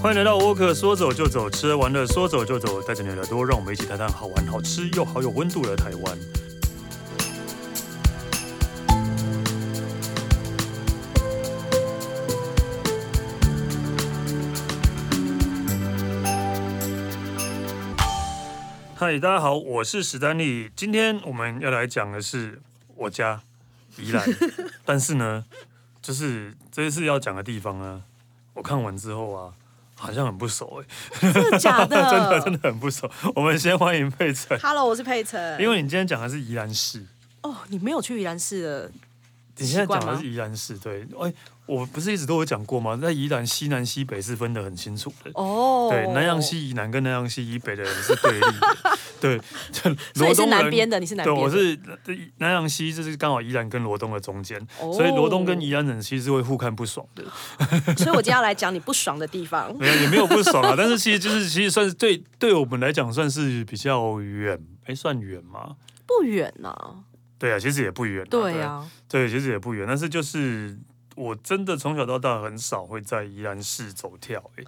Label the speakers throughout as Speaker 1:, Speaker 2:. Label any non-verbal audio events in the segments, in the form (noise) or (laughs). Speaker 1: 欢迎来到沃克，说走就走，吃完了说走就走，带着你的耳朵，让我们一起谈谈好玩、好吃又好有温度的台湾。嗨，大家好，我是史丹利。今天我们要来讲的是我家宜兰，但是呢，就是这次要讲的地方呢，我看完之后啊，好像很不熟哎、
Speaker 2: (laughs) 真的假的？
Speaker 1: (laughs) 真的真的很不熟。我们先欢迎佩
Speaker 2: (laughs)
Speaker 1: 晨，
Speaker 2: Hello，我是佩晨。
Speaker 1: 因为你今天讲的是宜兰市，
Speaker 2: 哦，你没有去宜兰市的，
Speaker 1: 你现在讲的
Speaker 2: 习惯吗
Speaker 1: 是宜兰市，对，哎，我不是一直都有讲过吗？在宜兰西南西北是分得很清楚的。
Speaker 2: 哦，
Speaker 1: 对，南洋，西以南跟南洋西以北的人是对立的，
Speaker 2: (laughs)
Speaker 1: 对，就
Speaker 2: 所以
Speaker 1: 罗
Speaker 2: 你是
Speaker 1: 东
Speaker 2: 南
Speaker 1: 人
Speaker 2: 边的，你是南
Speaker 1: 对，
Speaker 2: 边
Speaker 1: 我
Speaker 2: 的，
Speaker 1: 是南洋西，就是刚好宜兰跟罗东的中间，
Speaker 2: 哦
Speaker 1: 所以罗东跟宜兰人其实是会互看不爽的，。
Speaker 2: 所以我今天要来讲你不爽的地方
Speaker 1: (laughs) 没有也没有不爽啊，但是其实就是其实算是对对我们来讲算是比较远，哎、算远吗？
Speaker 2: 不远呐，
Speaker 1: 对啊，其实也不远、啊，
Speaker 2: 对啊，
Speaker 1: 对，其实也不远，但是就是我真的从小到大很少会在宜兰市走跳、诶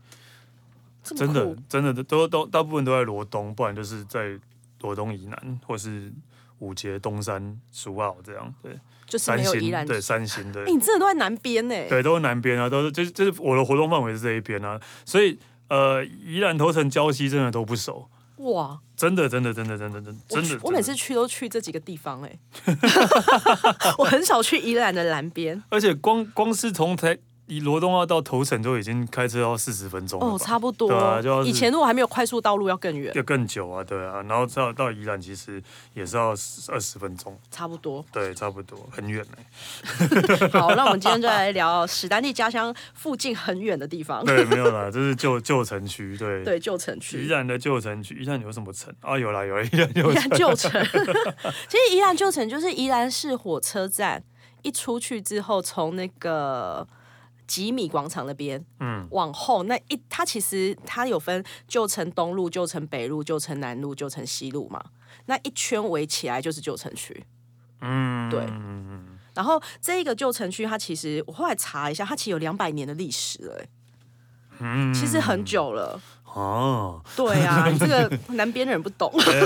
Speaker 2: 这么
Speaker 1: 真的
Speaker 2: 酷，
Speaker 1: 真的都都大部分都在罗东，不然就是在罗东以南或是五节东山苏澳这样，对，
Speaker 2: 就是
Speaker 1: 三
Speaker 2: 没有宜
Speaker 1: 星
Speaker 2: 兰。
Speaker 1: 对
Speaker 2: 哎，
Speaker 1: 三星的。
Speaker 2: 你真的都在南边呢。欸
Speaker 1: 对，都是南边啊，都是就是就是我的活动范围是这一边啊，所以呃，宜兰头城、礁溪真的都不熟，
Speaker 2: 哇，
Speaker 1: 真的真的真的真的真的
Speaker 2: 我
Speaker 1: 真的。
Speaker 2: 我每次去都去这几个地方
Speaker 1: (laughs)
Speaker 2: 哎，我很少去宜兰的南边。
Speaker 1: 而且光光是从台以罗东要到头城都已经开车要四十分钟了吧
Speaker 2: 哦，差不
Speaker 1: 对啊
Speaker 2: 多
Speaker 1: 就要。是
Speaker 2: 以前如果还没有快速道路，要更远，
Speaker 1: 要更久啊，对啊，然后到到宜兰其实也是要二十分钟，
Speaker 2: 差不多。
Speaker 1: 对，差不多，很远
Speaker 2: (laughs)
Speaker 1: 哎、
Speaker 2: 好，那我们今天就来聊史丹利家乡附近很远的地方，
Speaker 1: 对，没有啦，这是旧旧城区，对，
Speaker 2: 对，旧城
Speaker 1: 宜
Speaker 2: 区。
Speaker 1: 兰的旧城区，宜兰有什么城啊？有啦，有啦，宜兰有
Speaker 2: 宜兰旧城， (laughs) 其实宜兰旧城就是宜兰市火车站一出去之后，从那个吉米广场那边，
Speaker 1: 嗯
Speaker 2: 嗯，往后那一，它其实它有分旧城东路、旧城北路、旧城南路、旧城西路嘛，那一圈围起来就是旧城区。
Speaker 1: 嗯，
Speaker 2: 对
Speaker 1: 嗯
Speaker 2: 然后这一个旧城区，它其实我后来查一下，它其实有两百年的历史了、欸
Speaker 1: 嗯
Speaker 2: 其实很久了。
Speaker 1: 哦，
Speaker 2: 对啊，这个南边的人不
Speaker 1: (laughs)
Speaker 2: 懂
Speaker 1: 哎，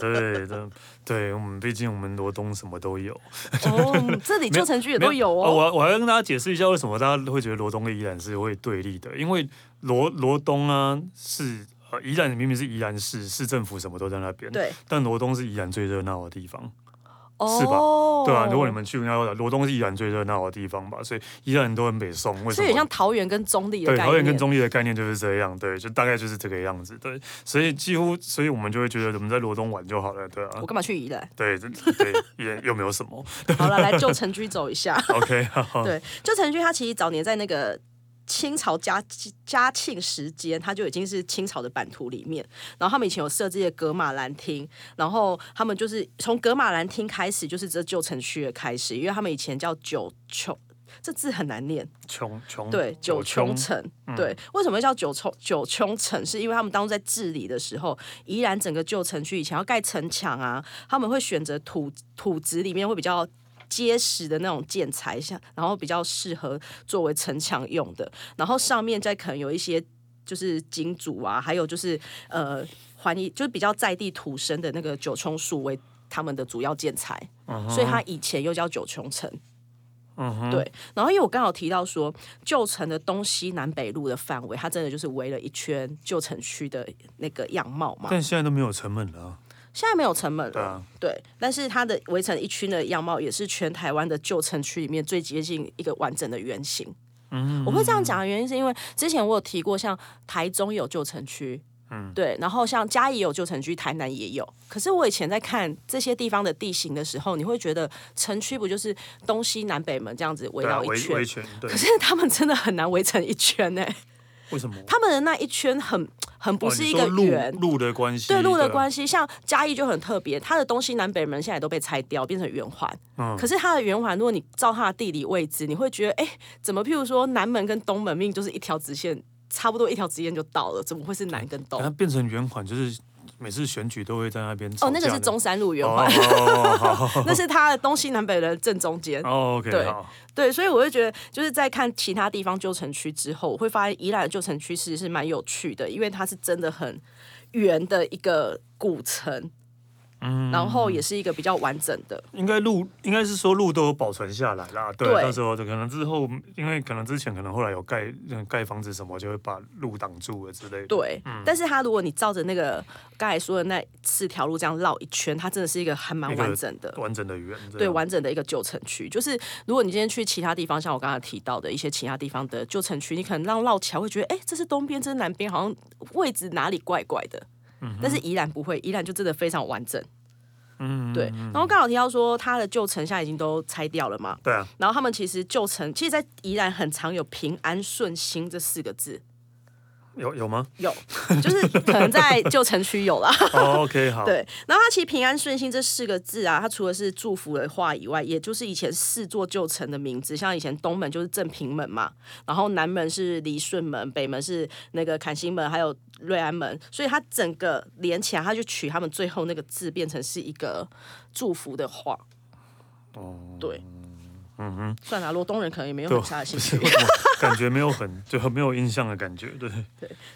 Speaker 1: 对对对，我们毕竟我们罗东什么都有，
Speaker 2: 哦，这里旧城区也都有
Speaker 1: 没呃
Speaker 2: 哦。
Speaker 1: 我我还要跟大家解释一下，为什么大家会觉得罗东跟宜兰是会对立的，因为罗罗东啊是呃宜兰明明是宜兰市市政府什么都在那边，，
Speaker 2: 对，
Speaker 1: 但罗东是宜兰最热闹的地方，是吧
Speaker 2: 哦，
Speaker 1: 对啊，如果你们去应该罗东是宜兰最热闹的地方吧，所以宜兰人都很北宋，为什
Speaker 2: 所
Speaker 1: 么？
Speaker 2: 以很像桃园跟中立的
Speaker 1: 对，
Speaker 2: 概念。
Speaker 1: 桃园跟中立的概念就是这样，对，就大概就是这个样子，对，所以几乎，所以我们就会觉得我们在罗东玩就好了，对啊？
Speaker 2: 我，干嘛去宜兰 (laughs)
Speaker 1: 对，这对，也又没有什么
Speaker 2: 好了，来旧城区走
Speaker 1: (laughs)
Speaker 2: 一下。
Speaker 1: ，OK，好，
Speaker 2: 对，旧城区它其实早年在那个清朝嘉嘉庆时间，它就已经是清朝的版图里面。然后他们以前有设置的格马兰厅，然后他们就是从格马兰厅开始，就是这旧城区的开始，因为他们以前叫九琼，这字很难念。
Speaker 1: 穷穷
Speaker 2: 对，九
Speaker 1: 穷
Speaker 2: 琼城，对，为什么叫九琼九琼城？是因为他们当初在治理的时候，宜兰整个旧城区以前要盖城墙啊，他们会选择土土质里面会比较。结实的那种建材像，然后比较适合作为城墙用的，然后上面再可能有一些就是金主啊，还有就是呃还一就是比较在地土生的那个九琼树为他们的主要建材，
Speaker 1: 哦
Speaker 2: 所以它以前又叫九琼城。
Speaker 1: 嗯哼，
Speaker 2: 对，然后因为我刚好提到说，旧城的东西南北路的范围，它真的就是围了一圈旧城区的那个样貌嘛。
Speaker 1: 但现在都没有成本了啊，
Speaker 2: 现在没有城门
Speaker 1: 对
Speaker 2: 了
Speaker 1: 啊，
Speaker 2: 对，但是它的围成一圈的样貌，也是全台湾的旧城区里面最接近一个完整的原型。嗯，我会这样讲的原因是因为之前我有提过，像台中有旧城区。嗯，对，然后像嘉义有旧城区，台南也有。可是我以前在看这些地方的地形的时候，你会觉得城区不就是东西南北门这样子围
Speaker 1: 对啊，
Speaker 2: 绕一
Speaker 1: 维
Speaker 2: 圈
Speaker 1: 维权，对
Speaker 2: 可，是他们真的很难围成一圈呢、
Speaker 1: 为什么？
Speaker 2: (laughs) 他们的那一圈很很不
Speaker 1: 哦
Speaker 2: 是
Speaker 1: 你
Speaker 2: 一
Speaker 1: 说
Speaker 2: 个
Speaker 1: 路
Speaker 2: 圆。
Speaker 1: 路的关系，啊
Speaker 2: 对路的
Speaker 1: 系，
Speaker 2: 关系，像嘉义就很特别，它的东西南北门现在都被拆掉，变成圆环。
Speaker 1: 嗯
Speaker 2: 可是它的圆环，如果你照它的地理位置，你会觉得，哎、怎么？譬如说南门跟东
Speaker 1: 啊
Speaker 2: 门，命就是一条直线，差不多一条直线就到了，怎么会是南跟东？
Speaker 1: 它变成圆环就是每次选举都会在那边吵
Speaker 2: 哦，那个
Speaker 1: 架
Speaker 2: 是
Speaker 1: 的
Speaker 2: 中山路圆
Speaker 1: 哦
Speaker 2: 环，
Speaker 1: 哦
Speaker 2: (laughs)
Speaker 1: 好好好
Speaker 2: 那是它的东西南北的正中间。
Speaker 1: 哦，OK，
Speaker 2: 对
Speaker 1: 好，
Speaker 2: 对，所以我就觉得，就是在看其他地方旧城区之后，我会发现宜兰的旧城区其实是蛮有趣的，因为它是真的很圆的一个古城，
Speaker 1: 嗯
Speaker 2: 然后也是一个比较完整的。
Speaker 1: 应该路应该是说路都有保存下来啦，对，
Speaker 2: 对
Speaker 1: 到时候可能之后，因为可能之前可能后来有盖嗯盖房子什么，就会把路挡住了之类的。，
Speaker 2: 对，
Speaker 1: 嗯
Speaker 2: 但是它如果你照着那个刚才说的那四条路这样绕一圈，它真的是一个还蛮
Speaker 1: 一个
Speaker 2: 完整的。
Speaker 1: 完整的圆。这样
Speaker 2: 对完整的一个旧城区，就是如果你今天去其他地方，像我刚刚提到的一些其他地方的旧城区，你可能让绕起来会觉得，哎、这是东边，这是南边，好像位置哪里怪怪的。但是宜兰不会，宜兰就真的非常完整。
Speaker 1: 嗯，
Speaker 2: 对，然后刚好提到说，它的旧城现在已经都拆掉了嘛，
Speaker 1: 对啊，
Speaker 2: 然后他们其实旧城，其实，在宜兰很常有“平安顺心”这四个字，
Speaker 1: 有有
Speaker 2: (laughs)
Speaker 1: 吗
Speaker 2: 有，就是可能在旧城区有啦。
Speaker 1: 哦？OK，好，
Speaker 2: 对，然后它其实“平安顺心”这四个字啊，它除了是祝福的话以外，也就是以前四座旧城的名字，像以前东门就是正平门嘛，然后南门是离顺门，北门是那个坎兴门，还有瑞安门，所以它整个连起来，它就取他们最后那个字变成是一个祝福的话。
Speaker 1: 哦，
Speaker 2: 对，
Speaker 1: 嗯哼，
Speaker 2: 算了啊、罗东人可能也没有
Speaker 1: 对，
Speaker 2: 很
Speaker 1: 不
Speaker 2: 大的兴
Speaker 1: 是
Speaker 2: 趣。
Speaker 1: 为什么感觉没有很就没有印象的感觉，对，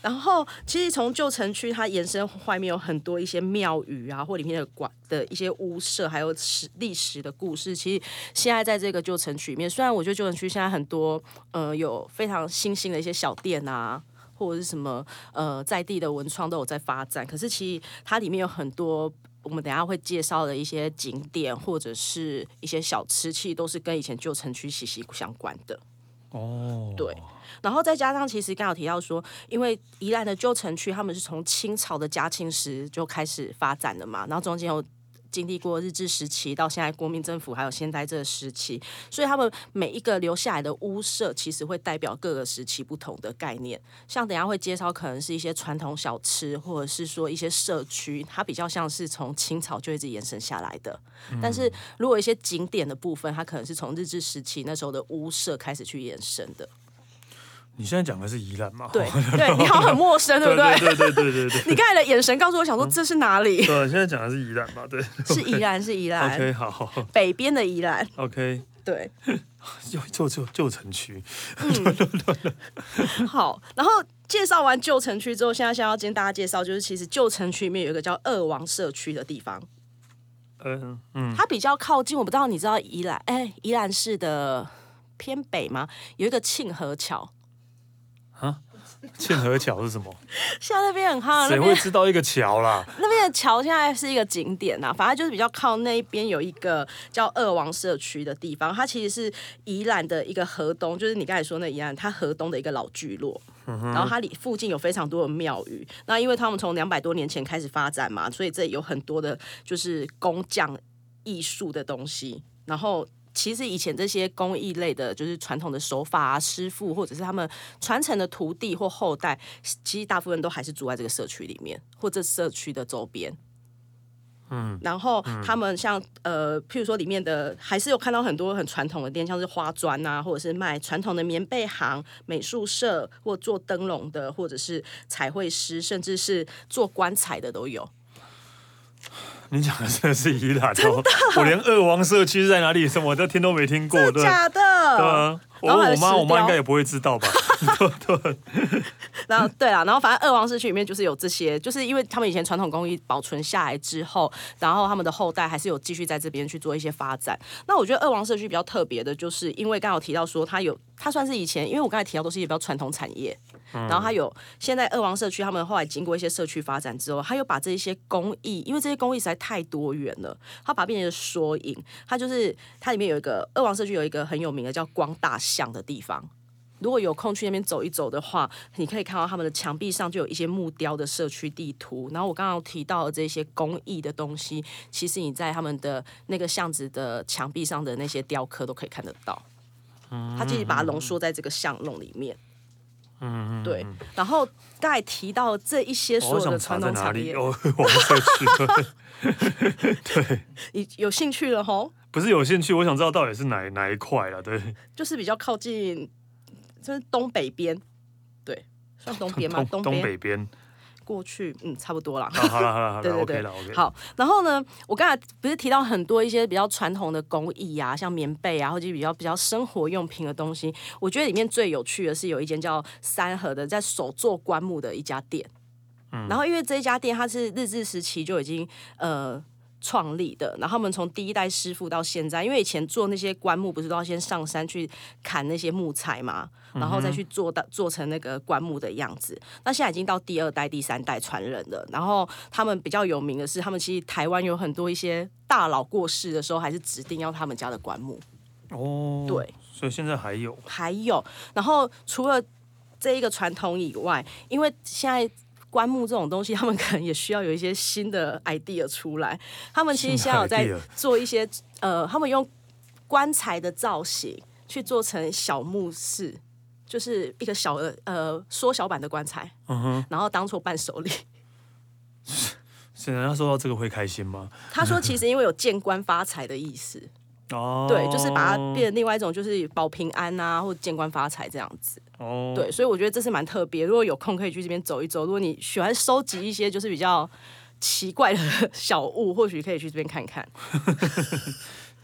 Speaker 2: 然后，其实从旧城区它延伸外面有很多一些庙宇啊，或里面的馆的一些屋舍，还有史历史的故事。其实现在在这个旧城区里面，虽然我觉得旧城区现在很多呃有非常新兴的一些小店啊，或者是什么呃在地的文创都有在发展，可是其实它里面有很多。我们等一下会介绍的一些景点或者是一些小吃，其实都是跟以前旧城区息息相关的。
Speaker 1: 哦，
Speaker 2: 对，然后再加上，其实刚好提到说，因为宜兰的旧城区，他们是从清朝的嘉庆时就开始发展的嘛，然后中间有经历过日治时期，到现在国民政府还有现在这个时期，所以他们每一个留下来的屋舍，其实会代表各个时期不同的概念。像等一下会介绍，可能是一些传统小吃，或者是说一些社区，它比较像是从清朝就一直延伸下来的。但是如果一些景点的部分，它可能是从日治时期那时候的屋舍开始去延伸的。
Speaker 1: 你现在讲的是宜兰嘛？
Speaker 2: 对对，你好像很陌生， (laughs) 对不对？
Speaker 1: 对对对对对对。
Speaker 2: (laughs) 你刚才的眼神告诉我，想说这是哪里？
Speaker 1: 对，现在讲的是宜兰嘛？对
Speaker 2: (laughs) 是宜兰，是宜兰，
Speaker 1: 嗯，OK，好
Speaker 2: 北边的宜兰。
Speaker 1: ，OK，
Speaker 2: 对，
Speaker 1: 旧旧旧旧城区，
Speaker 2: 好。然后介绍完旧城区之后，现在先要跟大家介绍，就是其实旧城区里面有一个叫二王社区的地方，
Speaker 1: 嗯嗯，
Speaker 2: 它比较靠近，我不知道你知道宜兰，哎，宜兰市的偏北吗？有一个庆和桥， (laughs)
Speaker 1: 庆和桥是什么？
Speaker 2: 现在那边很夯，那
Speaker 1: 谁
Speaker 2: 边
Speaker 1: 会知道一个桥啦？
Speaker 2: 那边的桥现在是一个景点呐、反正就是比较靠那一边有一个叫二王社区的地方，它其实是宜兰的一个河东，就是你刚才说那宜兰，它河东的一个老聚落。然后它里附近有非常多的庙宇，那因为他们从两百多年前开始发展嘛，所以这里有很多的就是工匠艺术的东西，然后。其实以前这些工艺类的，就是传统的手法啊，师傅或者是他们传承的徒弟或后代，其实大部分都还是住在这个社区里面或者社区的周边。嗯，然后他们像、呃，譬如说里面的还是有看到很多很传统的店，像是花砖啊，或者是卖传统的棉被行、美术社或做灯笼的，或者是彩绘师，甚至是做棺材的都有。
Speaker 1: 哦你讲的真的是宜兰哦，
Speaker 2: 啊
Speaker 1: 我连二王社区在哪里什么我都听都没听过，对
Speaker 2: 假的？
Speaker 1: 对啊。我
Speaker 2: 然后还
Speaker 1: 问
Speaker 2: 有
Speaker 1: 我妈，
Speaker 2: 石
Speaker 1: 我妈应
Speaker 2: 雕
Speaker 1: 该也不会知
Speaker 2: (laughs)
Speaker 1: 道吧？
Speaker 2: 然后对啦，然后反正二王市区里面就是有这些，就是因为他们以前传统工艺保存下来之后，然后他们的后代还是有继续在这边去做一些发展。那我觉得二王社区比较特别的，就是因为刚好提到说它有，它算是以前，因为我刚才提到都是一些比较传统产业，然后它有现在二王社区，他们后来经过一些社区发展之后，它又把这一些工艺，因为这些工艺实在太多元了，它把它变成一个缩影。它就是它里面有一个二王社区有一个很有名的叫光大巷的地方。如果有空去那边走一走的话，你可以看到他们的墙壁上就有一些木雕的社区地图。然后我刚刚有提到的这些工艺的东西，其实你在他们的那个巷子的墙壁上的那些雕刻都可以看得到。它自己把它浓缩在这个巷弄里面。
Speaker 1: 嗯，
Speaker 2: 对，然后刚才提到这一些
Speaker 1: 我好
Speaker 2: 所有的
Speaker 1: 想
Speaker 2: 传
Speaker 1: 查在
Speaker 2: 统啊
Speaker 1: 哪
Speaker 2: 产
Speaker 1: 里
Speaker 2: 业，
Speaker 1: 哦，二王社区， (laughs) 对对，
Speaker 2: 你有兴趣了吼？
Speaker 1: 不是有兴趣，我想知道到底是哪哪一块啦，对，
Speaker 2: 就是比较靠 (laughs) 近，就是东北边，对，算东边吗？
Speaker 1: 东
Speaker 2: 边
Speaker 1: 北边，
Speaker 2: 过去嗯差不多啦。
Speaker 1: 啊，好了好了好
Speaker 2: 对
Speaker 1: 了
Speaker 2: 对对
Speaker 1: ，OK 了 OK。，
Speaker 2: 好，然后呢，我刚才不是提到很多一些比较传统的工艺啊，像棉被啊，或者比较比较生活用品的东西。我觉得里面最有趣的是有一间叫三和的，在手作棺木的一家店。
Speaker 1: 嗯
Speaker 2: 然后因为这一家店它是日治时期就已经呃。创立的，然后他们从第一代师傅到现在，因为以前做那些棺木，不是都要先上山去砍那些木材嘛，然
Speaker 1: 嗯
Speaker 2: 后再去做到做成那个棺木的样子。那现在已经到第二代、第三代传人了。然后他们比较有名的是，他们其实台湾有很多一些大佬过世的时候，还是指定要他们家的棺木。
Speaker 1: 哦，
Speaker 2: 对，
Speaker 1: 所以现在还有
Speaker 2: 还有，然后除了这一个传统以外，因为现在。棺木这种东西，他们可能也需要有一些新的 (laughs) idea 出来。他们其实现在有在
Speaker 1: 新的 idea
Speaker 2: 做一些呃，他们用棺材的造型去做成小墓室，就是一个小的呃缩小版的棺材，
Speaker 1: 嗯哼，
Speaker 2: 然后当做伴手礼。
Speaker 1: 现在他收到这个会开心吗？
Speaker 2: 他说，其实因为有见官发财的意思，
Speaker 1: 哦，
Speaker 2: 对，就是把它变成另外一种，就是保平安啊，或者见官发财这样子。
Speaker 1: 哦，
Speaker 2: 对，所以我觉得这是蛮特别。如果有空可以去这边走一走，如果你喜欢收集一些就是比较奇怪的 (laughs) 小物，或许可以去这边看看。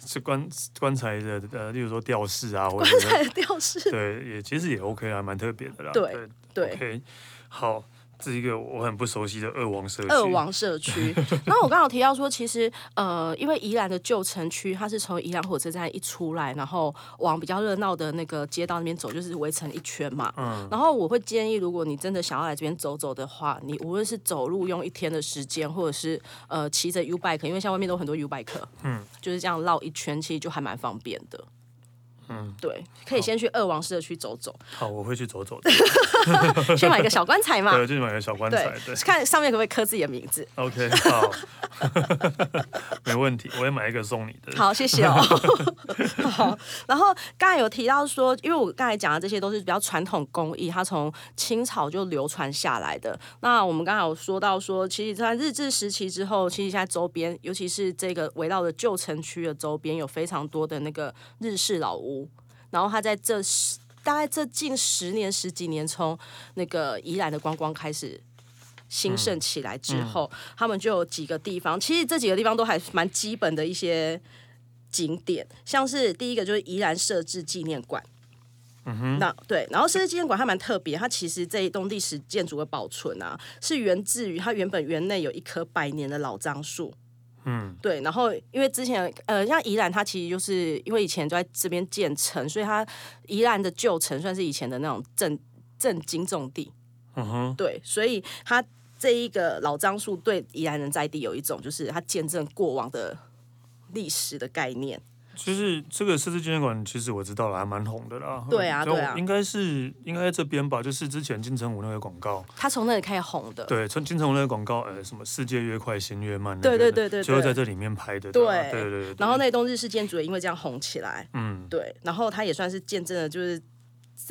Speaker 1: 是棺棺材的呃，例如说吊饰
Speaker 2: (laughs)
Speaker 1: 啊，或者
Speaker 2: 棺
Speaker 1: 是
Speaker 2: 材的吊饰，
Speaker 1: 对，也其实也 OK 啊，蛮特别的啦。
Speaker 2: 对
Speaker 1: 对
Speaker 2: 对
Speaker 1: o k 好，这一个我很不熟悉的二王社区。
Speaker 2: 二王社区。然后我刚好提到说，其实呃，因为宜兰的旧城区，它是从宜兰火车站一出来，然后往比较热闹的那个街道那边走，就是围成一圈嘛。
Speaker 1: 嗯
Speaker 2: 然后我会建议，如果你真的想要来这边走走的话，你无论是走路用一天的时间，或者是呃骑着 U bike，因为像外面都有很多 U bike，嗯，就是这样绕一圈，其实就还蛮方便的。
Speaker 1: 嗯，
Speaker 2: 对，可以先去二王社区走走，
Speaker 1: 好，我会去走
Speaker 2: (laughs)
Speaker 1: 走的。
Speaker 2: 先买一个小棺材嘛，
Speaker 1: (laughs) 对，就是买个小棺材。 (laughs) 对
Speaker 2: 看上面可不可以刻自己的名字。
Speaker 1: o k 好， (laughs) 没问题，我也买一个送你的。
Speaker 2: 好，谢谢哦。好，然后刚才有提到说，因为我刚才讲的这些都是比较传统工艺，它从清朝就流传下来的。那我们刚才有说到说，其实在日治时期之后，其实现在周边，尤其是这个围绕着旧城区的周边，有非常多的那个日式老屋。然后它在这十大概这近十年十几年，从那个宜兰的观光开始兴盛起来之后，他们就有几个地方，其实这几个地方都还蛮基本的一些景点，像是第一个就是宜兰设置纪念馆。嗯哼，那对，然后设置纪念馆还蛮特别，它其实这一栋历史建筑的保存啊，是源自于它原本园内有一棵百年的老樟树，
Speaker 1: 嗯，
Speaker 2: 对，然后因为之前呃，像宜兰，它其实就是因为以前就在这边建城，所以它宜兰的旧城算是以前的那种镇镇经重地。
Speaker 1: 嗯哼，
Speaker 2: 对，所以它这一个老樟树对宜兰人在地有一种就是它见证过往的历史的概念。
Speaker 1: 就是这个设置纪念馆，其实我知道了，还蛮红的啦。
Speaker 2: 对啊
Speaker 1: 就
Speaker 2: 对啊
Speaker 1: 应该是应该在这边吧，就是之前金城武那个广告，
Speaker 2: 它从那里开始红的。
Speaker 1: 对，从金城武那个广告，呃，什么世界越快心越慢那
Speaker 2: 对
Speaker 1: 个，
Speaker 2: 对对对对
Speaker 1: 就是在这里面拍的啦。
Speaker 2: 对
Speaker 1: 对对对，对
Speaker 2: 然后那栋日式建筑也因为这样红起来。
Speaker 1: 嗯
Speaker 2: 对，然后它也算是见证了，就是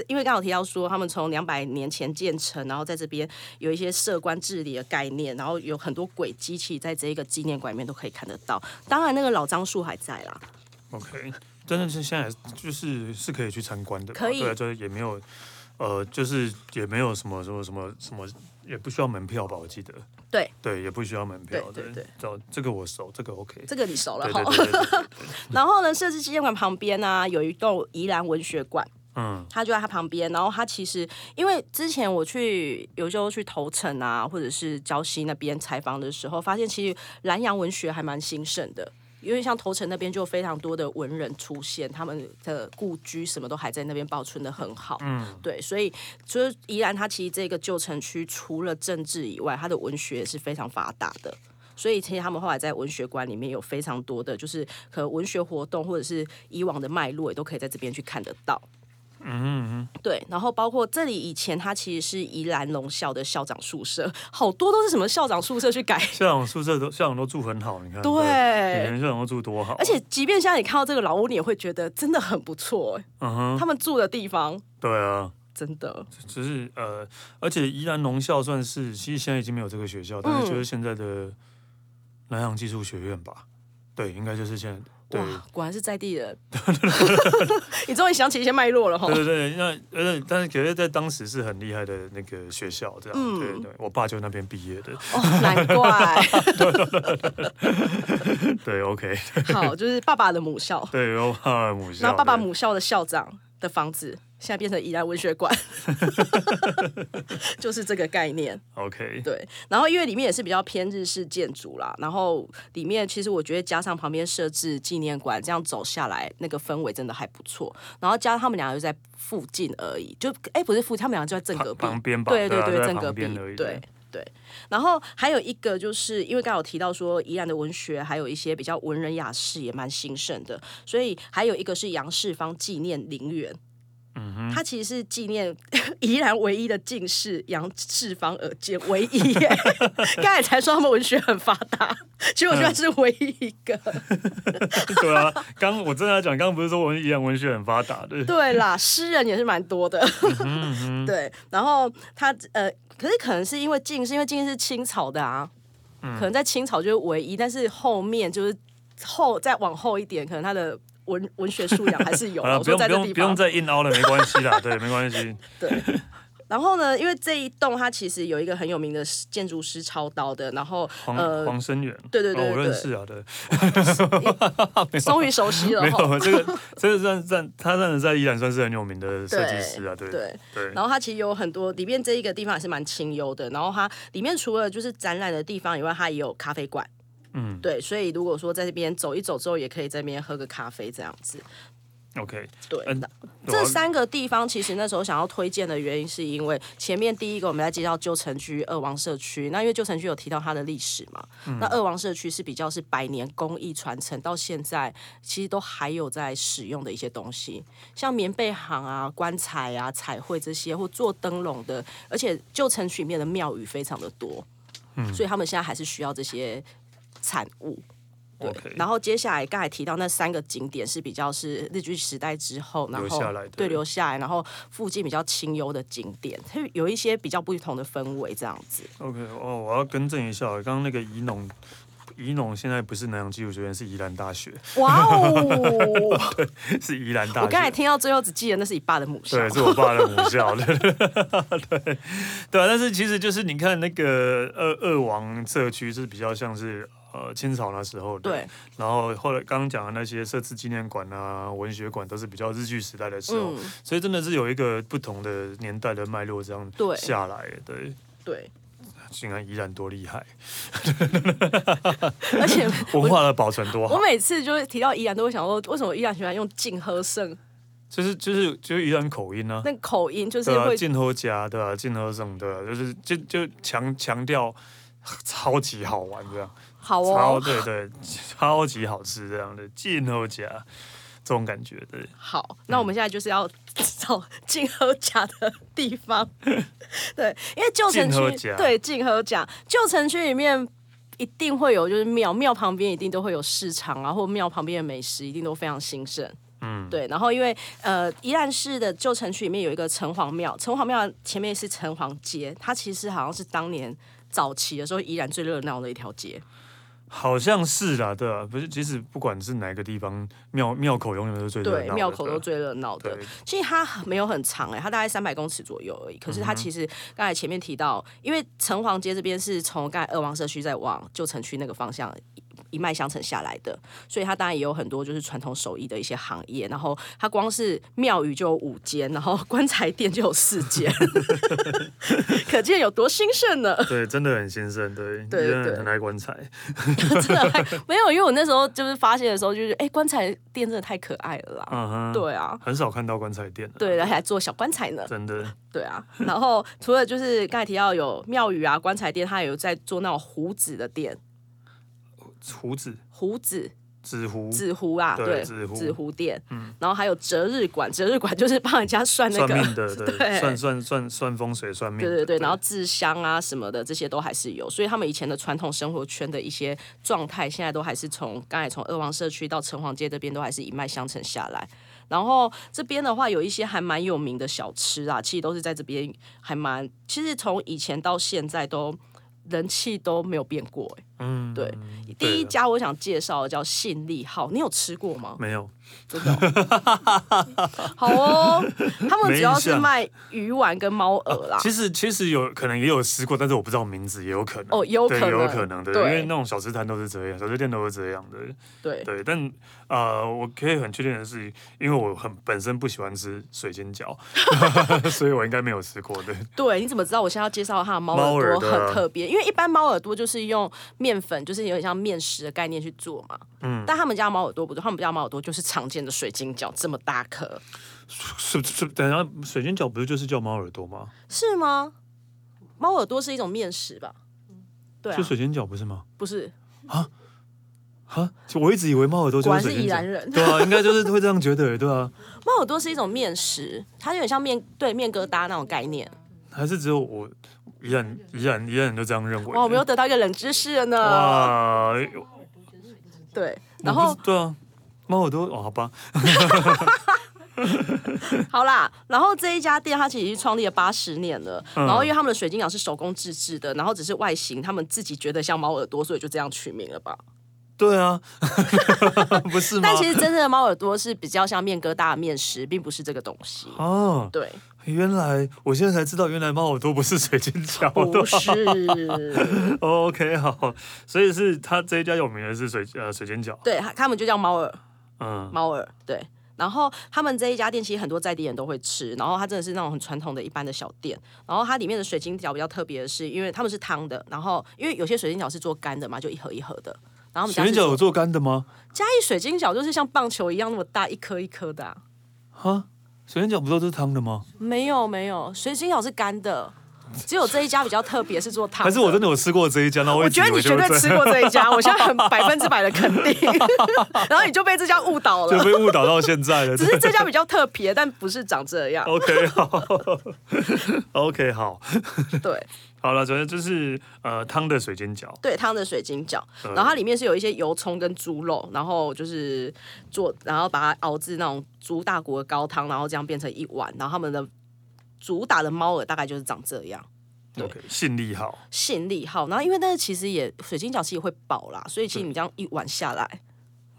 Speaker 2: 因为刚好提到说，他们从两百年前建成，然后在这边有一些社关治理的概念，然后有很多轨迹，其实在这一个纪念馆里面都可以看得到。当然，那个老樟树还在啦。
Speaker 1: ，OK，但是现在就是是可以去参观的吧，
Speaker 2: 可以
Speaker 1: 对啊，就是也没有，呃，就是也没有什么什么什么什么，也不需要门票吧，我记得，
Speaker 2: 对
Speaker 1: 对，也不需要门票，
Speaker 2: 对对对，
Speaker 1: 这这个我熟，这个 OK，
Speaker 2: 这个你熟了
Speaker 1: 对
Speaker 2: 哈
Speaker 1: 对。对对
Speaker 2: (laughs)
Speaker 1: 对，
Speaker 2: 然后呢，设置纪念馆旁边呢、啊有一栋宜兰文学馆，
Speaker 1: 嗯
Speaker 2: 它就在它旁边。然后它其实因为之前我去有时候去头城啊，或者是礁溪那边采访的时候，发现其实南洋文学还蛮兴盛的。因为像头城那边就有非常多的文人出现，他们的故居什么都还在那边保存的很好。
Speaker 1: 嗯，
Speaker 2: 对，所以就是宜兰，它其实这个旧城区除了政治以外，它的文学也是非常发达的。所以其实他们后来在文学馆里面有非常多的，就是可能文学活动或者是以往的脉络，也都可以在这边去看得到。
Speaker 1: 嗯嗯
Speaker 2: 对，然后包括这里以前它其实是宜兰龙校的校长宿舍，好多都是什么校长宿
Speaker 1: (laughs)
Speaker 2: 舍去改。
Speaker 1: 校长宿舍都校长都住很好，你看，以
Speaker 2: 对，
Speaker 1: 前校长都住多好，
Speaker 2: 而且，即便现在你看到这个老屋，你也会觉得真的很不错、欸，
Speaker 1: 嗯哼，
Speaker 2: 他们住的地方
Speaker 1: 对啊，
Speaker 2: 真的
Speaker 1: 只是呃，而且宜兰农校算是，其实现在已经没有这个
Speaker 2: 嗯
Speaker 1: 学校，但是就是现在的南洋技术学院吧，对，应该就是现在对
Speaker 2: 哇，果然是在地人。 (laughs) 你终于想起一些脉络了哈。
Speaker 1: 对对对，那呃，但是可是在当时是很厉害的那个学校，这样、
Speaker 2: 嗯
Speaker 1: 对对，我爸就那边毕业的，
Speaker 2: 哦，难怪。
Speaker 1: 对，OK，
Speaker 2: 好，就是爸爸的母校，
Speaker 1: 对，我爸爸母校，
Speaker 2: 然后爸爸
Speaker 1: 对
Speaker 2: 母校的校长的房子，现在变成宜兰文学
Speaker 1: (laughs)
Speaker 2: 馆，就是这个概念。
Speaker 1: ，OK，
Speaker 2: 对，然后因为里面也是比较偏日式建筑啦，然后里面其实我觉得加上旁边设置纪念馆，这样走下来那个氛围真的还不错。然后加上他们俩就在附近而已，就哎不是附近，他们俩就在正隔壁，
Speaker 1: 旁边吧，
Speaker 2: 对
Speaker 1: 对啊
Speaker 2: 对，
Speaker 1: 就在
Speaker 2: 正隔
Speaker 1: 旁
Speaker 2: 壁
Speaker 1: 边而已，
Speaker 2: 对。对，然后还有一个就是因为刚好有提到说宜兰的文学，还有一些比较文人雅士也蛮兴盛的，所以还有一个是杨世芳纪念陵园，
Speaker 1: 嗯哼，
Speaker 2: 它其实是纪念 (laughs) 宜兰唯一的进士杨世芳而建，唯一耶。
Speaker 1: (laughs)
Speaker 2: 刚才才说他们文学很发达，其实我觉得是唯一一个。
Speaker 1: 对啊，刚我正要讲，刚刚不是说我们宜兰文学很发达的，
Speaker 2: 对啦，诗人也是蛮多
Speaker 1: 嗯
Speaker 2: 的。对，然后他呃，可是可能是因为进士，因为进士是清朝的啊，
Speaker 1: 嗯
Speaker 2: 可能在清朝就是唯一，但是后面就是后再往后一点，可能他的。文文学素养还是有
Speaker 1: 好
Speaker 2: 啦，
Speaker 1: 了，
Speaker 2: 我
Speaker 1: 不
Speaker 2: 说
Speaker 1: 用
Speaker 2: 在
Speaker 1: 不
Speaker 2: 这地
Speaker 1: 用不
Speaker 2: 方
Speaker 1: 用，再硬凹了，没关系啦，对，没关
Speaker 2: (laughs)
Speaker 1: 系，
Speaker 2: 对。然后呢，因为这一栋它其实有一个很有名的建筑师操刀的，然后
Speaker 1: 黄
Speaker 2: 呃，
Speaker 1: 黄生远，
Speaker 2: 对对对
Speaker 1: 哦我
Speaker 2: 对
Speaker 1: 认识啊，对， (laughs)
Speaker 2: 终于熟悉了
Speaker 1: 没
Speaker 2: 哈。
Speaker 1: 有这个这个算算他算是在宜兰算是很有名的设计师啊，对
Speaker 2: 对，
Speaker 1: 对，
Speaker 2: 然后它其实有很多，里面这一个地方也是蛮清幽的。然后它里面除了就是展览的地方以外，它也有咖啡馆。
Speaker 1: 嗯
Speaker 2: 对，所以如果说在这边走一走之后，也可以在这边喝个咖啡这样子。
Speaker 1: ，OK，
Speaker 2: 对，
Speaker 1: 嗯我要
Speaker 2: 这三个地方其实那时候想要推荐的原因，是因为前面第一个我们在介绍旧城区二王社区，那因为旧城区有提到它的历史嘛，那二王社区是比较是百年工艺传承到现在，其实都还有在使用的一些东西，像棉被行啊、棺材啊、彩绘这些，或做灯笼的，而且旧城区里面的庙宇非常的多，所以他们现在还是需要这些产物。
Speaker 1: OK，
Speaker 2: 然后接下来刚才提到那三个景点是比较是日据时代之后，然后
Speaker 1: 留下来的
Speaker 2: 对留下来，然后附近比较清幽的景点，它有一些比较不同的氛围这样
Speaker 1: (laughs)
Speaker 2: 子。
Speaker 1: OK，哦，我要更正一下，刚刚那个宜农，宜农现在不是南洋技术学院，是宜兰大学， (laughs)
Speaker 2: 哇哦！
Speaker 1: 是宜兰大学。
Speaker 2: 我刚才听到最后只记得那是你爸的母校，
Speaker 1: 对，是我爸的母
Speaker 2: (laughs)
Speaker 1: 校。对对对啊，但是其实就是你看那个二二王社区是比较像是呃清朝那时候的，
Speaker 2: 对。
Speaker 1: 然后后来刚刚讲的那些设置纪念馆啊、文学馆都是比较日据时代的时候，
Speaker 2: 嗯
Speaker 1: 所以真的是有一个不同的年代的脉络这样
Speaker 2: 对
Speaker 1: 下来。对，
Speaker 2: 对，
Speaker 1: (laughs) 竟然依然多厉害，
Speaker 2: 而且 (laughs)
Speaker 1: 文化的保存多好
Speaker 2: 我。每次就是提到宜兰，都会想说，为什么宜兰喜欢用静和盛
Speaker 1: 就是就是就是宜兰口音呢、啊。
Speaker 2: 那口音，就是
Speaker 1: 对啊，
Speaker 2: 会
Speaker 1: 进喝家，对啊，进喝什么的，就是就就强强调超级好玩这样，
Speaker 2: 好
Speaker 1: 超
Speaker 2: 哦，
Speaker 1: 对对， (laughs) 超级好吃这样的进喝家这种感觉，对，
Speaker 2: 好，那我们现在就是要找静和甲的地
Speaker 1: (laughs)
Speaker 2: 方。对，因为旧城
Speaker 1: 静和
Speaker 2: 区
Speaker 1: 甲
Speaker 2: 对静和甲，旧城区里面一定会有就是庙，庙旁边一定都会有市场啊，或庙旁边的美食一定都非常兴盛。
Speaker 1: 嗯，
Speaker 2: 对，然后因为呃，宜兰市的旧城区里面有一个城隍庙，城隍庙前面是城隍街，它其实好像是当年早期的时候宜兰最热闹的一条街。
Speaker 1: 好像是啦，对啊，不是，其实不管是哪个地方，庙庙口永远都是最热闹
Speaker 2: 对，
Speaker 1: 的，
Speaker 2: 庙口
Speaker 1: 对啊
Speaker 2: 都最热闹的
Speaker 1: 对。
Speaker 2: 其实它没有很长哎、它大概三百公尺左右而已。可是它其实刚才前面提到，因为城隍街这边是从刚才二王社区再往旧城区那个方向一一脉相承下来的，所以它当然也有很多就是传统手艺的一些行业。然后它光是庙宇就有五间，然后棺材店就有四间，可见有多兴盛呢。
Speaker 1: 对，真的很先生，对，
Speaker 2: 对
Speaker 1: 真的
Speaker 2: 对
Speaker 1: 很爱棺材，
Speaker 2: 真的还没有，因为我那时候就是发现的时候，就是哎、棺材店真的太可爱了啦。
Speaker 1: 嗯哼，，
Speaker 2: 对啊，
Speaker 1: 很少看到棺材店的，啊
Speaker 2: 对，而且还做小棺材呢。
Speaker 1: 真的，
Speaker 2: 对啊，然后除了就是刚才提到有庙宇啊、棺材店，它也有在做那种胡子的店，
Speaker 1: 胡子
Speaker 2: 胡子、
Speaker 1: 纸糊
Speaker 2: 纸糊啊，
Speaker 1: 对
Speaker 2: 对，
Speaker 1: 纸糊
Speaker 2: 店，然后还有择日馆，择日馆就是帮人家算那
Speaker 1: 算
Speaker 2: 个，
Speaker 1: 命的，
Speaker 2: (laughs) 对
Speaker 1: 对，算算算算风水算命
Speaker 2: 对
Speaker 1: 的，
Speaker 2: 对对，然后制香啊什么的，这些都还是有，所以他们以前的传统生活圈的一些状态，现在都还是从刚才从二王社区到城隍街这边都还是一脉相承下来。然后这边的话，有一些还蛮有名的小吃啊，其实都是在这边还蛮，其实从以前到现在都人气都没有变过、欸
Speaker 1: 嗯，
Speaker 2: 对，
Speaker 1: 对
Speaker 2: 第一
Speaker 1: 的
Speaker 2: 家我想介绍的叫信利号，你有吃过
Speaker 1: (laughs)
Speaker 2: 吗？
Speaker 1: 没有，
Speaker 2: 真的哦、好哦，他们主要
Speaker 1: 没印
Speaker 2: 是
Speaker 1: 象哦
Speaker 2: 卖鱼丸跟猫饵啦。
Speaker 1: 其实其实有可能也有吃过，但是我不知道名字，也有可能
Speaker 2: 哦有
Speaker 1: 对
Speaker 2: 可
Speaker 1: 也有
Speaker 2: 能
Speaker 1: 可能对，因
Speaker 2: 对
Speaker 1: 为那种小吃摊都是这样，小吃店都是这样的。
Speaker 2: 对，
Speaker 1: 对，但呃，我可以很确定的是，因为我很本身不喜欢吃水晶
Speaker 2: (laughs)
Speaker 1: 饺，所以我应该没有吃过的。
Speaker 2: 对，你怎么知道我现在要介绍它的猫
Speaker 1: 猫耳
Speaker 2: 耳朵
Speaker 1: 朵啊
Speaker 2: 很特别？因为一般猫耳朵就是用面粉，就是有点像面食的概念去做嘛。
Speaker 1: 嗯
Speaker 2: 嗯，但他们家的猫耳朵不对，他们家的猫耳朵就是常见的水晶饺，这么大颗，
Speaker 1: 是是，等一下水晶饺不是就是叫猫耳朵吗？
Speaker 2: 是吗？猫耳朵是一种面食吧？对啊
Speaker 1: 就，水晶饺不是吗？
Speaker 2: 不是，
Speaker 1: 哈，就我一直以为猫耳朵就
Speaker 2: 果然
Speaker 1: 水
Speaker 2: 是
Speaker 1: 晶
Speaker 2: 宜兰
Speaker 1: 饺。
Speaker 2: 人。
Speaker 1: 对啊，应该就是会这样觉得，对啊，
Speaker 2: 猫耳朵是一种面食，它有点像面对面疙瘩那种概念。
Speaker 1: 还是只有我宜兰宜兰宜兰人都这样认为。
Speaker 2: 哇，我们又得到一个冷知识了呢。
Speaker 1: 哇，
Speaker 2: 对，
Speaker 1: 我
Speaker 2: 然
Speaker 1: 不
Speaker 2: 后
Speaker 1: 知对啊，猫耳朵哦，好吧，
Speaker 2: 好啦，然后这一家店它其实已经创立了八十年了，
Speaker 1: 嗯
Speaker 2: 然后因为他们的水晶饺是手工自制的，然后只是外形他们自己觉得像猫耳朵，所以就这样取名了吧。
Speaker 1: 对啊， (laughs) 不是吗？
Speaker 2: 但其实真正的猫耳朵是比较像面疙瘩的面食，并不是这个东
Speaker 1: (laughs)
Speaker 2: 西。
Speaker 1: 哦，
Speaker 2: 对，
Speaker 1: 原来我现在才知道，原来猫耳朵不是水晶饺。
Speaker 2: 不
Speaker 1: 对
Speaker 2: 是， (laughs)
Speaker 1: OK，好，所以是他这一家有名的是水呃水晶饺。
Speaker 2: 对，他他们就叫猫耳
Speaker 1: 嗯，
Speaker 2: 猫耳，对。然后他们这一家店其实很多在地人都会吃，然后它真的是那种很传统的一般的小店。然后它里面的水晶饺比较特别的是，因为他们是汤的，然后因为有些水晶饺是做干的嘛，就一盒一盒的。然后我们家
Speaker 1: 水
Speaker 2: 是
Speaker 1: 晶饺有
Speaker 2: 做
Speaker 1: 做干的吗？
Speaker 2: 嘉义水晶饺就是像棒球一样那么大，一颗一颗的啊、
Speaker 1: 哈，水晶饺不都是汤的吗？
Speaker 2: 没有没有，水晶饺是干的，只有这一家比较特别，是做汤。
Speaker 1: 还是我真。的有吃过这一家？那我
Speaker 2: 啊我
Speaker 1: 一直
Speaker 2: 觉得
Speaker 1: 以为
Speaker 2: 你绝对
Speaker 1: 就是
Speaker 2: 吃过这一家，我现在很百分之百的肯定， (laughs) 然后你就被这家误导
Speaker 1: 这样
Speaker 2: 了。
Speaker 1: (laughs) (laughs) 就被误导到现在了。
Speaker 2: 只是这家比较特别，但不是长这样。
Speaker 1: (laughs) OK 好 (laughs) ，OK 好，
Speaker 2: 对，
Speaker 1: 好了，主要就是呃汤的水晶饺。
Speaker 2: 对汤的水晶饺，
Speaker 1: 嗯
Speaker 2: 然后它里面是有一些油葱跟猪肉，然后就是做，然后把它熬制那种猪大骨的高汤，然后这样变成一碗，然后他们的主打的猫耳大概就是长这样。对
Speaker 1: OK，信力好，
Speaker 2: 吸引力好，然后因为但是其实也水晶饺其实也会饱啦，所以其实你这样一碗下来，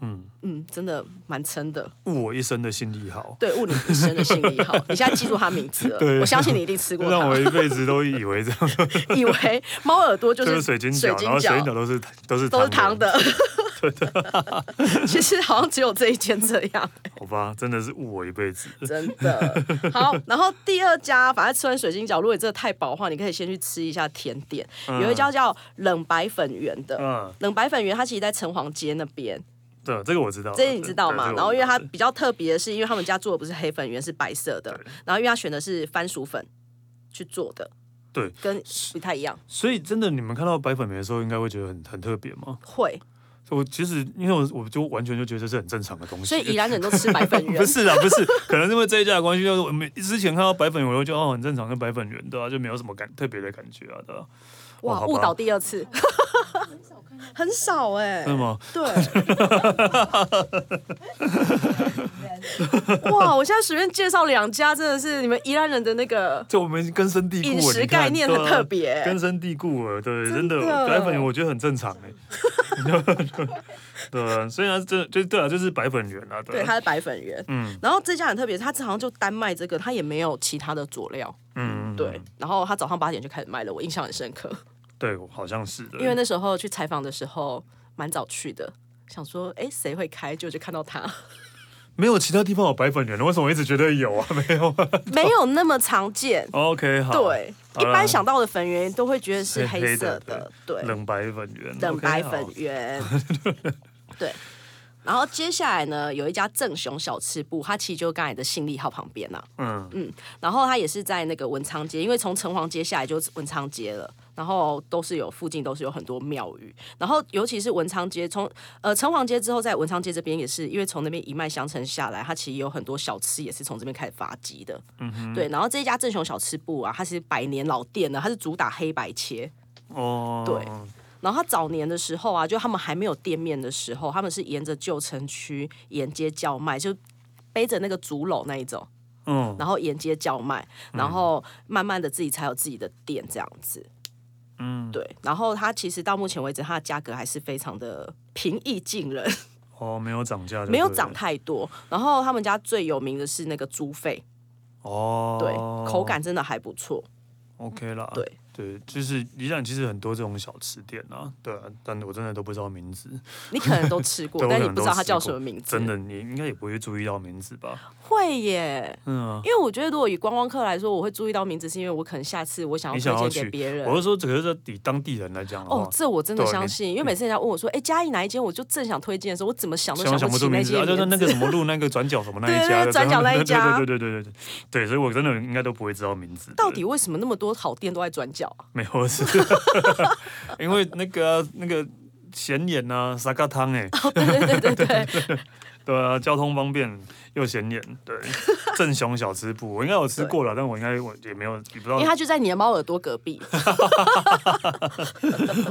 Speaker 1: 嗯，
Speaker 2: 嗯，真的蛮撑的。
Speaker 1: 误我一生的信力好，
Speaker 2: 对，误你一生的吸引力
Speaker 1: (laughs)
Speaker 2: 好，你现在记住它名字
Speaker 1: 对
Speaker 2: 了，我相信你一定吃过
Speaker 1: 让我
Speaker 2: 它。
Speaker 1: 一辈子都以为这样
Speaker 2: 以为猫耳朵就
Speaker 1: 就是
Speaker 2: 是
Speaker 1: 水晶
Speaker 2: 水
Speaker 1: 饺，
Speaker 2: 晶
Speaker 1: 然后水晶
Speaker 2: 饺
Speaker 1: 饺都是都是
Speaker 2: 都是
Speaker 1: 汤
Speaker 2: 糖的，
Speaker 1: (laughs)
Speaker 2: (laughs) 其实好像只有这一间这样。
Speaker 1: 好吧，真的是误我一辈子。
Speaker 2: 真
Speaker 1: (laughs)
Speaker 2: 的好。然后第二家，反正吃完水晶饺，如果你真的太饱的话，你可以先去吃一下甜点，有一家叫冷白粉圆的。
Speaker 1: 嗯，
Speaker 2: 冷白粉圆，它其实在城隍街那边，
Speaker 1: 对，这个我知道，
Speaker 2: 这你知道吗？
Speaker 1: 对
Speaker 2: 然后因为它
Speaker 1: 这个
Speaker 2: 比较特别的是，因为他们家做的不是黑粉圆，是白色的，然后因为它选的是番薯粉去做的，
Speaker 1: 对，
Speaker 2: 跟不太一样。
Speaker 1: 所以真的你们看到白粉梅的时候，应该会觉得很很特别吗？
Speaker 2: 会，
Speaker 1: 我其实因为我我就完全就觉得这是很正常的东西，
Speaker 2: 所以宜兰人都吃白粉
Speaker 1: (laughs)
Speaker 2: 圆
Speaker 1: 不。是啊啦，不是，可能是因为这一家的关系，就是我们之前看到白粉圆，我就觉得哦很正常，跟白粉圆对啊，就没有什么感特别的感觉啊，对啊，哦
Speaker 2: 哇，
Speaker 1: 好吧
Speaker 2: 误导第二次，很少哎、
Speaker 1: 是吗？ (laughs)
Speaker 2: 对，哇！我现在随便介绍两家，真的是你们宜兰人的那个
Speaker 1: 就我们根深蒂固了，
Speaker 2: 饮食
Speaker 1: 你看
Speaker 2: 概念很
Speaker 1: 对啊
Speaker 2: 特别
Speaker 1: 根深蒂固了，对，真
Speaker 2: 真
Speaker 1: 的
Speaker 2: 的
Speaker 1: 白粉圆我觉得很正常 (laughs) 哎、对啊，虽然这就对啊，就是白粉圆啊，对
Speaker 2: 对
Speaker 1: 啊
Speaker 2: 它的白粉圆，
Speaker 1: 嗯
Speaker 2: 然后这家很特别，它好像就单卖这个，它也没有其他的佐料，
Speaker 1: 嗯，嗯
Speaker 2: 对。然后它早上八点就开始卖了，我印象很深刻， (laughs)
Speaker 1: 对，我好像是的，
Speaker 2: 因为那时候去采访的时候蛮早去的，想说哎谁会开，就就看到它，
Speaker 1: 没有其他地方有白粉圆了，为什么我一直觉得有啊？ (laughs) 没有啊
Speaker 2: (laughs) 没有那么
Speaker 1: (laughs)
Speaker 2: 常见。
Speaker 1: ？OK，好，
Speaker 2: 对，
Speaker 1: 好
Speaker 2: 一
Speaker 1: 啦
Speaker 2: 般想到的粉圆都会觉得是
Speaker 1: 黑
Speaker 2: 黑
Speaker 1: 黑
Speaker 2: 色
Speaker 1: 的
Speaker 2: 的，对，
Speaker 1: 冷白粉圆，
Speaker 2: 冷
Speaker 1: OK，
Speaker 2: 白
Speaker 1: 好
Speaker 2: 粉圆。
Speaker 1: (laughs)
Speaker 2: 对，然后接下来呢，有一家正雄小吃部，它其实就刚才的信利号旁边啊呐、
Speaker 1: 嗯，
Speaker 2: 然后它也是在那个文昌街，因为从城隍街下来就是文昌街了。然后都是有附近都是有很多庙宇，然后尤其是文昌街，从呃城隍街之后，在文昌街这边也是，因为从那边一脉相承下来，它其实有很多小吃也是从这边开始发迹的。对，然后这一家正雄小吃部啊，它其实百年老店了，它是主打黑白切，
Speaker 1: 哦，
Speaker 2: 对然后他早年的时候啊，就他们还没有店面的时候，他们是沿着旧城区沿街叫卖，就背着那个竹篓那一种，
Speaker 1: 嗯，
Speaker 2: 然后沿街叫卖，然后慢慢的自己才有自己的店这样子。嗯，对。然后它其实到目前为止，它的价格还是非常的平易近人，
Speaker 1: 哦，没有涨价就对了，
Speaker 2: 没有涨太多。然后他们家最有名的是那个猪肺，
Speaker 1: 哦，
Speaker 2: 对，口感真的还不错。
Speaker 1: OK 啦，
Speaker 2: 对
Speaker 1: 对，就是宜兰其实很多这种小吃店啊，对啊，但我真的都不知道名字，
Speaker 2: 你可能都吃
Speaker 1: (laughs)
Speaker 2: 过
Speaker 1: 对，我
Speaker 2: 但
Speaker 1: 可
Speaker 2: 你
Speaker 1: 能
Speaker 2: 不知
Speaker 1: 都
Speaker 2: 道它
Speaker 1: 吃
Speaker 2: 叫
Speaker 1: 过
Speaker 2: 什么名字。
Speaker 1: 真的你应该也不会注意到名字吧？
Speaker 2: 会耶，
Speaker 1: 嗯、啊，
Speaker 2: 因为我觉得如果以观光客来说，我会注意到名字，是因为我可能下次我想
Speaker 1: 你
Speaker 2: 要
Speaker 1: 想要
Speaker 2: 推
Speaker 1: 去
Speaker 2: 荐给别人
Speaker 1: 我。是说，只是以当地人来讲的话，
Speaker 2: 哦，这我真的
Speaker 1: 对
Speaker 2: 相
Speaker 1: 你
Speaker 2: 信，因为每次人家问我说：“哎，嘉义哪一间？”我就正想推荐的时候，我怎么想都
Speaker 1: 想想
Speaker 2: 不
Speaker 1: 不
Speaker 2: 起
Speaker 1: 出名
Speaker 2: 那
Speaker 1: 字
Speaker 2: 些
Speaker 1: 啊，就是那
Speaker 2: 名字。
Speaker 1: 个什么路那个转角什么那
Speaker 2: 对
Speaker 1: 一家
Speaker 2: 对
Speaker 1: 的，
Speaker 2: 转角那一
Speaker 1: (laughs)
Speaker 2: 家
Speaker 1: 对对对对对对对，所以我真的应该都不会知道名字，
Speaker 2: 到底为什么那么多好店都在转角啊？
Speaker 1: 没有
Speaker 2: (laughs)
Speaker 1: 是，因为那个啊那个显眼呐，沙嘎汤哎，
Speaker 2: 哦对对对对，
Speaker 1: (laughs) 对啊，交通方便又显眼，
Speaker 2: (laughs)
Speaker 1: 对，正雄小吃部我应该有吃过了，但我应该我也没有，也不知道
Speaker 2: 因为它就在你的猫耳朵隔
Speaker 1: (laughs)
Speaker 2: 壁。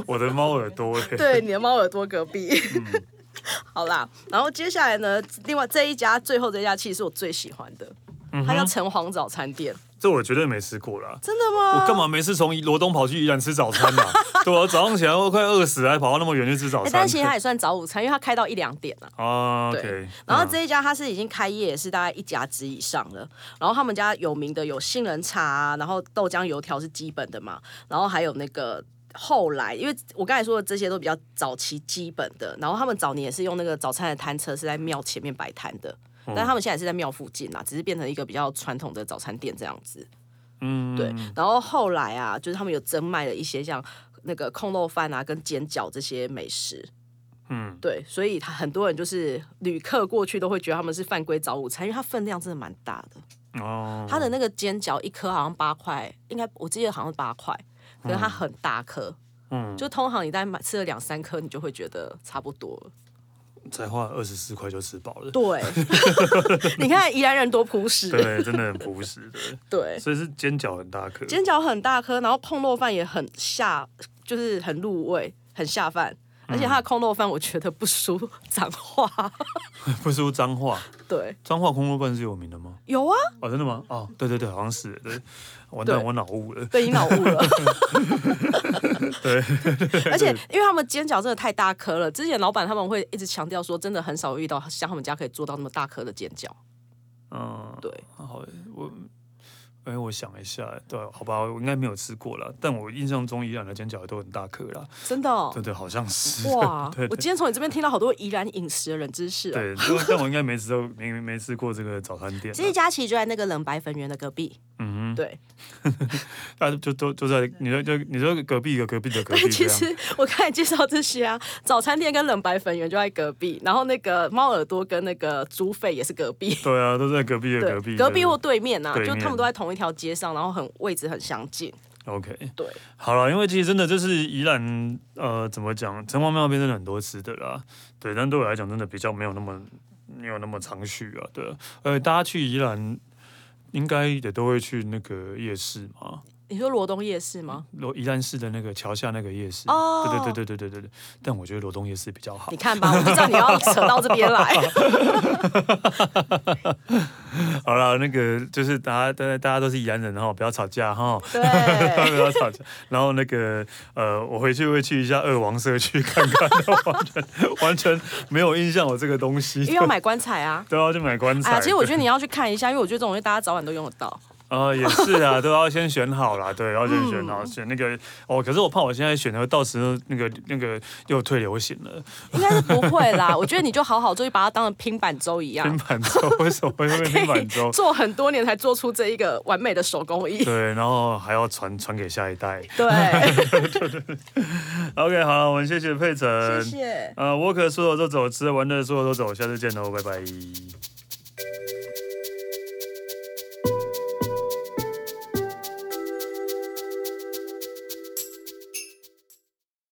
Speaker 1: 我的猫耳朵欸，
Speaker 2: 对，你的猫耳朵隔壁。
Speaker 1: 嗯
Speaker 2: (laughs) 好啦，然后接下来呢，另外这一家最后这一家其实是我最喜欢的，
Speaker 1: 嗯
Speaker 2: 它叫城隍早餐店。
Speaker 1: 这我绝对没吃过啦。
Speaker 2: 真的吗？
Speaker 1: 我干嘛没事从罗东跑去宜兰吃早餐
Speaker 2: (laughs)
Speaker 1: 呢？对啊，早上起来都快饿死了，还跑到那么远去吃早
Speaker 2: 哎、
Speaker 1: 餐
Speaker 2: 但其实它也算早午餐，因为它开到一两点啊。
Speaker 1: (laughs) 啊
Speaker 2: 对
Speaker 1: ？OK，
Speaker 2: 然后
Speaker 1: 嗯
Speaker 2: 这一家它是已经开业也是大概一甲子以上了，然后他们家有名的有杏仁茶啊、然后豆浆油条是基本的嘛，然后还有那个后来，因为我刚才说的这些都比较早期基本的，然后他们早年也是用那个早餐的摊车是在庙前面摆摊的，
Speaker 1: 嗯
Speaker 2: 但他们现在也是在庙附近啦，只是变成一个比较传统的早餐店这样子。
Speaker 1: 嗯
Speaker 2: 对，然后后来啊，就是他们有增卖了一些像那个控肉饭啊、跟煎饺这些美食。
Speaker 1: 嗯，
Speaker 2: 对，所以他很多人就是旅客过去都会觉得他们是犯规早午餐，因为它分量真的蛮大的。
Speaker 1: 哦，
Speaker 2: 它的那个煎饺一颗好像八块，应该我记得好像八块，可是它很大颗，
Speaker 1: 嗯，
Speaker 2: 就通常你在买吃了两三颗，你就会觉得差不多了。
Speaker 1: 才花二十四块就吃饱了。
Speaker 2: 对， (laughs) 你看宜兰人多朴实，对。
Speaker 1: 对，真的很朴实的，所以是煎饺很大颗。
Speaker 2: 煎饺很大颗，然后控肉饭也很下，就是很入味，很下饭。而且它的控肉饭我觉得不输 (laughs) 脏话，
Speaker 1: (laughs) 不输彰化，
Speaker 2: 对，
Speaker 1: 彰化空肉饭是有名的吗？
Speaker 2: 有啊，
Speaker 1: 哦，真的吗？哦，对对对，好像是。对，完蛋，
Speaker 2: 对
Speaker 1: 我脑雾了。
Speaker 2: 被你
Speaker 1: (laughs)
Speaker 2: 脑雾了。对， (laughs) 而且因为他们煎饺真的太大颗了，之前老板他们会一直强调说，真的很少遇到像他们家可以做到那么大颗的煎饺。
Speaker 1: 嗯，
Speaker 2: 对，
Speaker 1: 好，我。哎，我想一下，对，好吧，我应该没有吃过了，但我印象中宜兰的煎饺都很大颗啦，
Speaker 2: 真的、哦
Speaker 1: 对。对，好像是，
Speaker 2: 哇！
Speaker 1: (laughs) 对
Speaker 2: 我
Speaker 1: 对
Speaker 2: 今天从你这边听到好多宜兰饮食的冷知识哦。
Speaker 1: 对，因为但我应该没吃到，没没吃过这个早餐店啊，
Speaker 2: 这一家其实就在那个冷白粉圆的隔壁。
Speaker 1: 嗯
Speaker 2: 对，
Speaker 1: 哼，大家就都都在，你说就你说隔壁一个隔壁的隔壁
Speaker 2: 但
Speaker 1: 这
Speaker 2: 其
Speaker 1: 样，
Speaker 2: 实我刚才介绍这些啊，早餐店跟冷白粉圆就在隔壁，然后那个猫耳朵跟那个猪肺也是隔壁。
Speaker 1: 对啊，都在隔壁的
Speaker 2: 对
Speaker 1: 隔壁，
Speaker 2: 隔壁
Speaker 1: 对
Speaker 2: 或对面呐、啊，
Speaker 1: 对
Speaker 2: 就他
Speaker 1: 面
Speaker 2: 们都在同一条街上，然后很位置很相近。
Speaker 1: OK，
Speaker 2: 对，
Speaker 1: 好了，因为其实真的就是宜兰，呃，怎么讲，城隍庙那边真的很多吃的啦，对，但对我来讲真的比较没有那么没有那么常去啊，对，呃，大家去宜兰应该也都会去那个夜市嘛，
Speaker 2: 你说罗东夜市吗？
Speaker 1: 罗宜兰市的那个桥下那个夜市，
Speaker 2: 哦
Speaker 1: 对对对对对对对，但我觉得罗东夜市比较好
Speaker 2: 你。看吧，我就知道你要扯到这
Speaker 1: (laughs)
Speaker 2: 边来。
Speaker 1: 好了，那个就是大家大家大家都是宜兰人哈，不要吵架哈。
Speaker 2: 对，
Speaker 1: (laughs) 不要吵架。然后那个呃，我回去会去一下二王社区看看，完全完全没有印象有这个东
Speaker 2: 因为
Speaker 1: 西。
Speaker 2: 要买棺材啊。
Speaker 1: 都要去买棺材。
Speaker 2: 哎呀，其实我觉得你要去看一下，因为我觉得这种东西大家早晚都用得到。
Speaker 1: 啊、也是啊，都要先选好啦，对，要先选好，
Speaker 2: 嗯
Speaker 1: 选那个哦。可是我怕我现在选的，到时候那个那个又退流行了，
Speaker 2: (laughs) 应该是不会啦，我觉得你就好好做，就把它当成拼板舟一样
Speaker 1: 平，板舟为什么会变
Speaker 2: 可
Speaker 1: 平板
Speaker 2: 以 (laughs)
Speaker 1: 舟？
Speaker 2: 做很多年才做出这一个完美的手工艺。
Speaker 1: 对，然后还要传传给下一代。
Speaker 2: 对，
Speaker 1: OK，好，我们谢谢佩晨， (laughs)
Speaker 2: 谢。
Speaker 1: 呃，沃克说走就走，吃的玩的说走就走，下次见喽，拜拜。